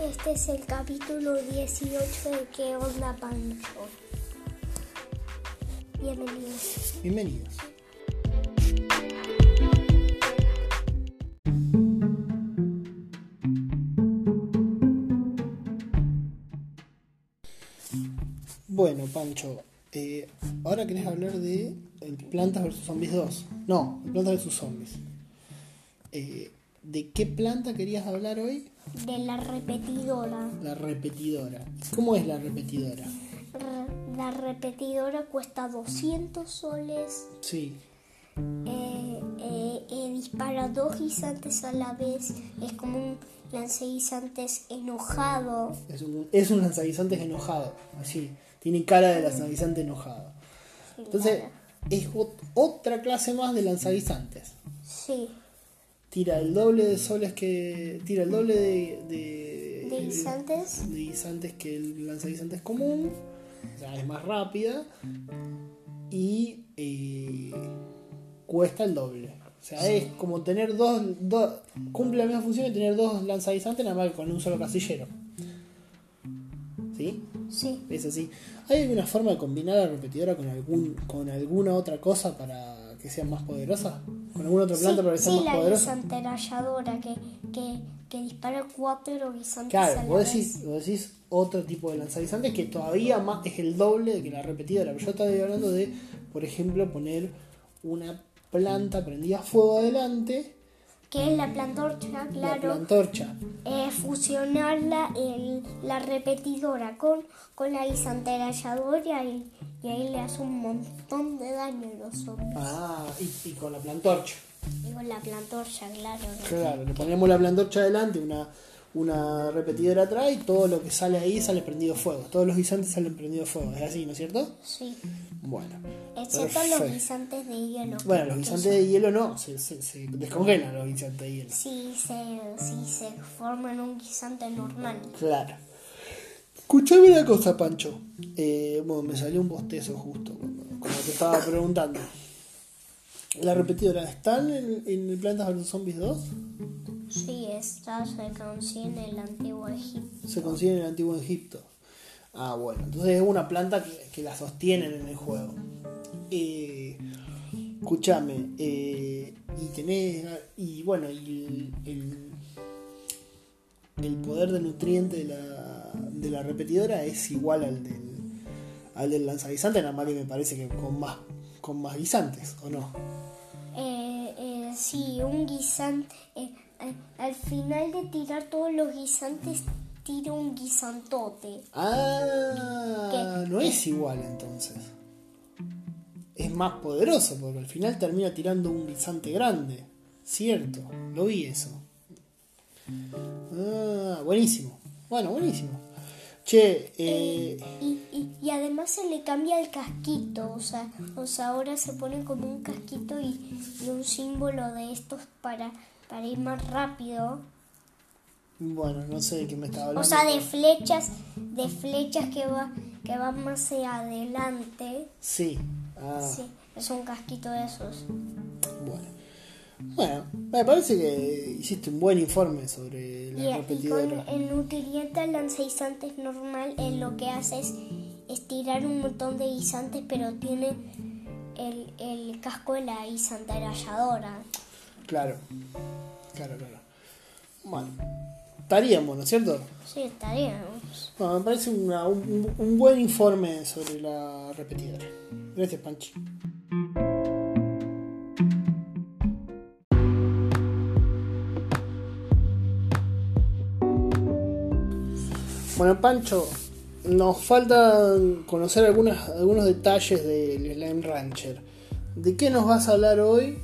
Este es el capítulo 18 de ¿Qué onda Pancho? Bienvenidos. Bienvenidos. Bueno, Pancho, eh, ahora querés hablar de el Plantas vs Zombies 2. No, el Plantas vs Zombies. Eh, ¿De qué planta querías hablar hoy? De la repetidora. La repetidora. ¿Cómo es la repetidora? Re- La repetidora cuesta 200 soles. Sí, eh, eh, eh, dispara dos guisantes a la vez. Es como un lance guisantes enojado. es un, es un lanzaguisantes enojado. Así, tiene cara de lanzaguisante enojado. Entonces, es ot- otra clase más de lanzaguisantes. Sí. Tira el doble de soles que. Tira el doble de. de, De guisantes. de guisantes que el lanzaguisantes común. O sea, es más rápida. Y. eh, cuesta el doble. O sea, es como tener dos, dos- Cumple la misma función de tener dos lanzaguisantes, nada más que con un solo casillero. ¿Sí? Sí. Es así. ¿Hay alguna forma de combinar la repetidora con algún con alguna otra cosa para que sea más poderosa? ¿Con alguna otra planta sí, para que sea sí, más la poderosa? guisanteralladora que, que, que dispara cuatro guisantes a Claro, la vos vez. decís, vos decís otro tipo de lanzaguisantes que todavía más es el doble de que la repetidora. Pero yo estaba hablando de, por ejemplo, poner una planta prendida a fuego adelante, que es la plantorcha, la claro, plantorcha. eh, fusionarla en la repetidora con, con la guisanteralladora y, y ahí le hace un montón de daño a los zombies. Ah, y, y con la plantorcha. Digo, la plantorcha, claro. ¿no? Claro, le ponemos la plantorcha adelante, una, una repetidora atrás y todo lo que sale ahí sale prendido fuego. Todos los guisantes salen prendido fuego. Es así, ¿no es cierto? Sí, Bueno. excepto perfecto. los guisantes de hielo. Bueno, los que guisantes de hielo no, se, se, se descongelan los guisantes de hielo. Sí, se, sí, se forman un guisante normal. Claro. Escuchame una cosa, Pancho. Eh, bueno, me salió un bostezo justo cuando, cuando te estaba preguntando. La repetidora, ¿están en, en Plantas vs Zombies 2? Sí, esta se consigue en el antiguo Egipto. se consigue en el antiguo Egipto. Ah, bueno, entonces es una planta que, que la sostienen en el juego. Eh, escuchame, eh, y tenés. Y bueno, y el, el- el poder de nutriente de la, de la repetidora es igual al del, al del lanzaguisante, nada más que me parece que con más, con más guisantes, ¿o no? Eh, eh, sí, un guisante. eh, al- al final de tirar todos los guisantes, tira un guisantote. Ah, no es igual entonces. Es más poderoso porque al final termina tirando un guisante grande. Cierto, lo vi eso. Ah, buenísimo. Bueno, buenísimo. Che, eh, Y, y- y además se le cambia el casquito. O sea, o sea, ahora se pone como un casquito y, y un símbolo de estos para, para ir más rápido. bueno, no sé de qué me estaba hablando. O sea, de flechas, de flechas que, va, que van más hacia adelante. Sí. Ah, Sí, es un casquito de esos. bueno. Bueno, me parece que hiciste un buen informe sobre Y, la y con repetidora. el nutriente lanzaguisantes normal, eh, lo que hace es, es tirar un montón de guisantes, pero tiene el, el casco de la guisantaralladora. Claro, claro, claro. Bueno, estaríamos, ¿no es cierto? Sí, estaría. ¿no? Bueno, me parece una- un, un buen informe sobre la repetidora. Gracias, Panchi. Bueno, Pancho, nos falta conocer algunas, algunos detalles del Slime Rancher. ¿De qué nos vas a hablar hoy?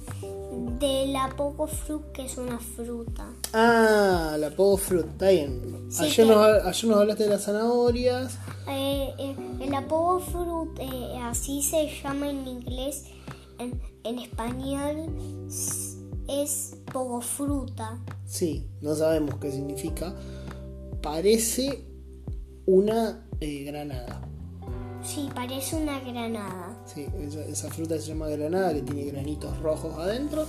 De la poco fruit, que es una fruta. Ah, la Pogo Fruit, está bien. Sí, ayer, que- nos, ayer nos hablaste de las zanahorias. Eh, eh, el apodo fruit, eh, así se llama en inglés, en, en español s- es poco fruta. Sí, no sabemos qué significa. Parece una eh, granada. Sí, parece una granada. Sí, esa, esa fruta se llama granada, que tiene granitos rojos adentro.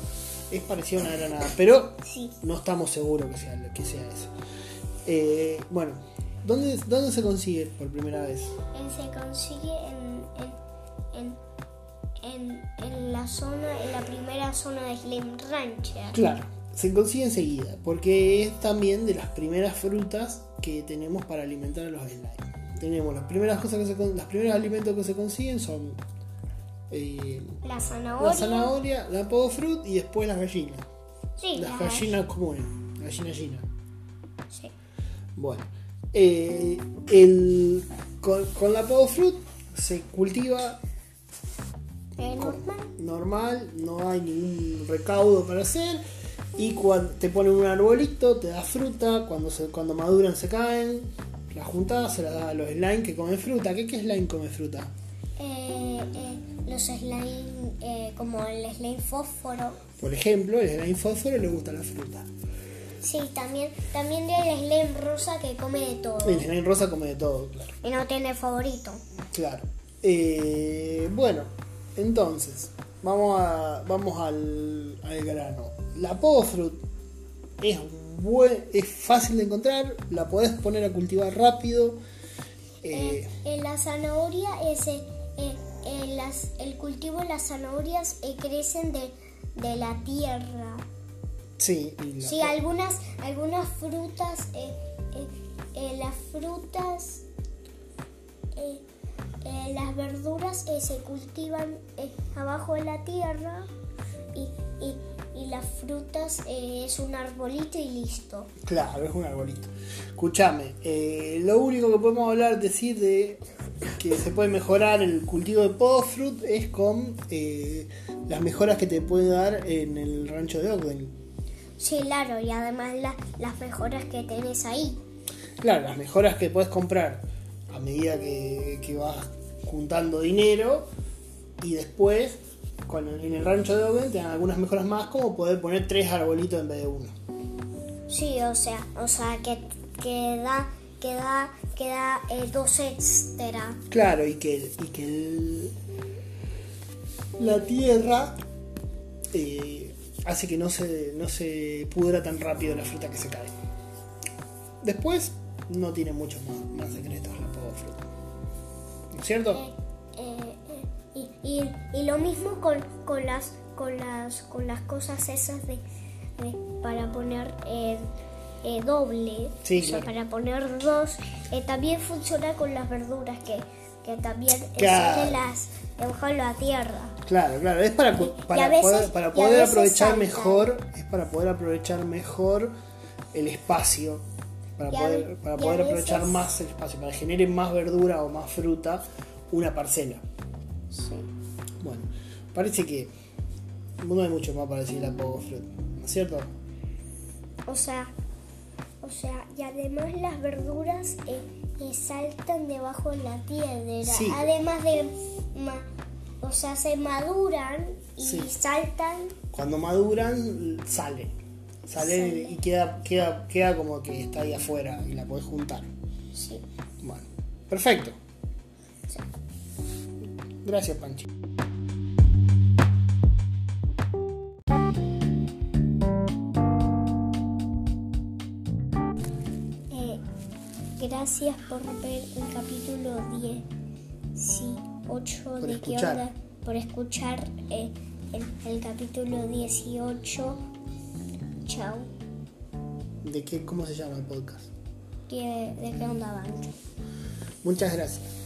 Es parecida a una granada, pero Sí. no estamos seguros que sea, que sea eso. Eh, bueno, ¿dónde, ¿dónde se consigue por primera vez? Él se consigue en, en, en, en, en la zona, en la primera zona de Slim Rancher. Claro, se consigue enseguida, porque es también de las primeras frutas que tenemos para alimentar a los slime. Tenemos las primeras cosas que se con- los primeros alimentos que se consiguen son eh, La zanahoria. la zanahoria, la podo fruit y después las gallinas. Sí, Las la- gallinas comunes, gallina gallina. sí. Bueno, eh, el, con, con la podo fruit se cultiva El normal. normal, no hay ningún recaudo para hacer. Y cuando te ponen un arbolito, te da fruta, cuando, se, cuando maduran se caen, las juntadas se las da a los slime que comen fruta. ¿Qué, qué slime come fruta? Eh, eh, los slime, eh, como el slime fósforo. Por ejemplo, el slime fósforo le gusta la fruta. Sí, también, también el slime rosa que come de todo. El slime rosa come de todo, claro. Y no tiene favorito. Claro. Eh, bueno, entonces, vamos, a, vamos al, al grano. La podofruit es, bue- es fácil de encontrar, la podés poner a cultivar rápido. Eh, Eh, en la zanahoria es, eh, eh, en las- el cultivo de las zanahorias eh, crecen de, de la tierra. sí, y la- Sí, algunas, algunas frutas, eh, eh, eh, las frutas, eh, eh, las verduras eh, se cultivan eh, abajo de la tierra y, y- y las frutas eh, es un arbolito y listo. claro, es un arbolito. Escúchame, eh, lo único que podemos hablar, decir de que se puede mejorar el cultivo de podofruit es con eh, las mejoras que te puede dar en el rancho de Ogden. Sí, claro, y además la- las mejoras que tenés ahí. Claro, las mejoras que puedes comprar a medida que, que vas juntando dinero y después con el- en el rancho de Owen te dan algunas mejoras más como poder poner tres arbolitos en vez de uno. Sí, o sea, o sea que, que da, que da, que da, eh, dos extra. Claro, y que, el- y que el- la tierra eh, hace que no se, no se pudra tan rápido la fruta que se cae. Después no tiene muchos más, más secretos la fruta. ¿No es cierto? Eh, eh, eh, y, y- y lo mismo con, con las con las con las cosas esas de, de- para poner eh, eh, doble Sí, o sea, claro. para poner dos eh, también funciona con las verduras que, que también eh, Claro. salen las debajo de la tierra Claro, claro, es para, cu- Y- y para a veces- poder, para y a poder veces aprovechar salta. mejor, es para poder aprovechar mejor el espacio, para Y a poder, ve- para y a poder aprovechar veces- más el espacio, para que genere más verdura o más fruta una parcela. sí. Bueno, parece que no hay mucho más para decir la poco fruta, ¿no es cierto? o sea o sea y además las verduras eh, eh, saltan debajo de la tierra Sí. además de ma- o sea se maduran y Sí. saltan Cuando maduran sale, sale, Sale. y queda, queda, queda como que está ahí afuera y la podés juntar. Sí. Bueno, perfecto. Sí. Gracias, Panchi. Eh, gracias por ver el capítulo 18 Por de qué escuchar. onda, por escuchar eh, el, el capítulo 18. Chao. ¿De qué, cómo se llama el podcast? ¿Qué- ¿De qué onda, Bancho? Muchas gracias.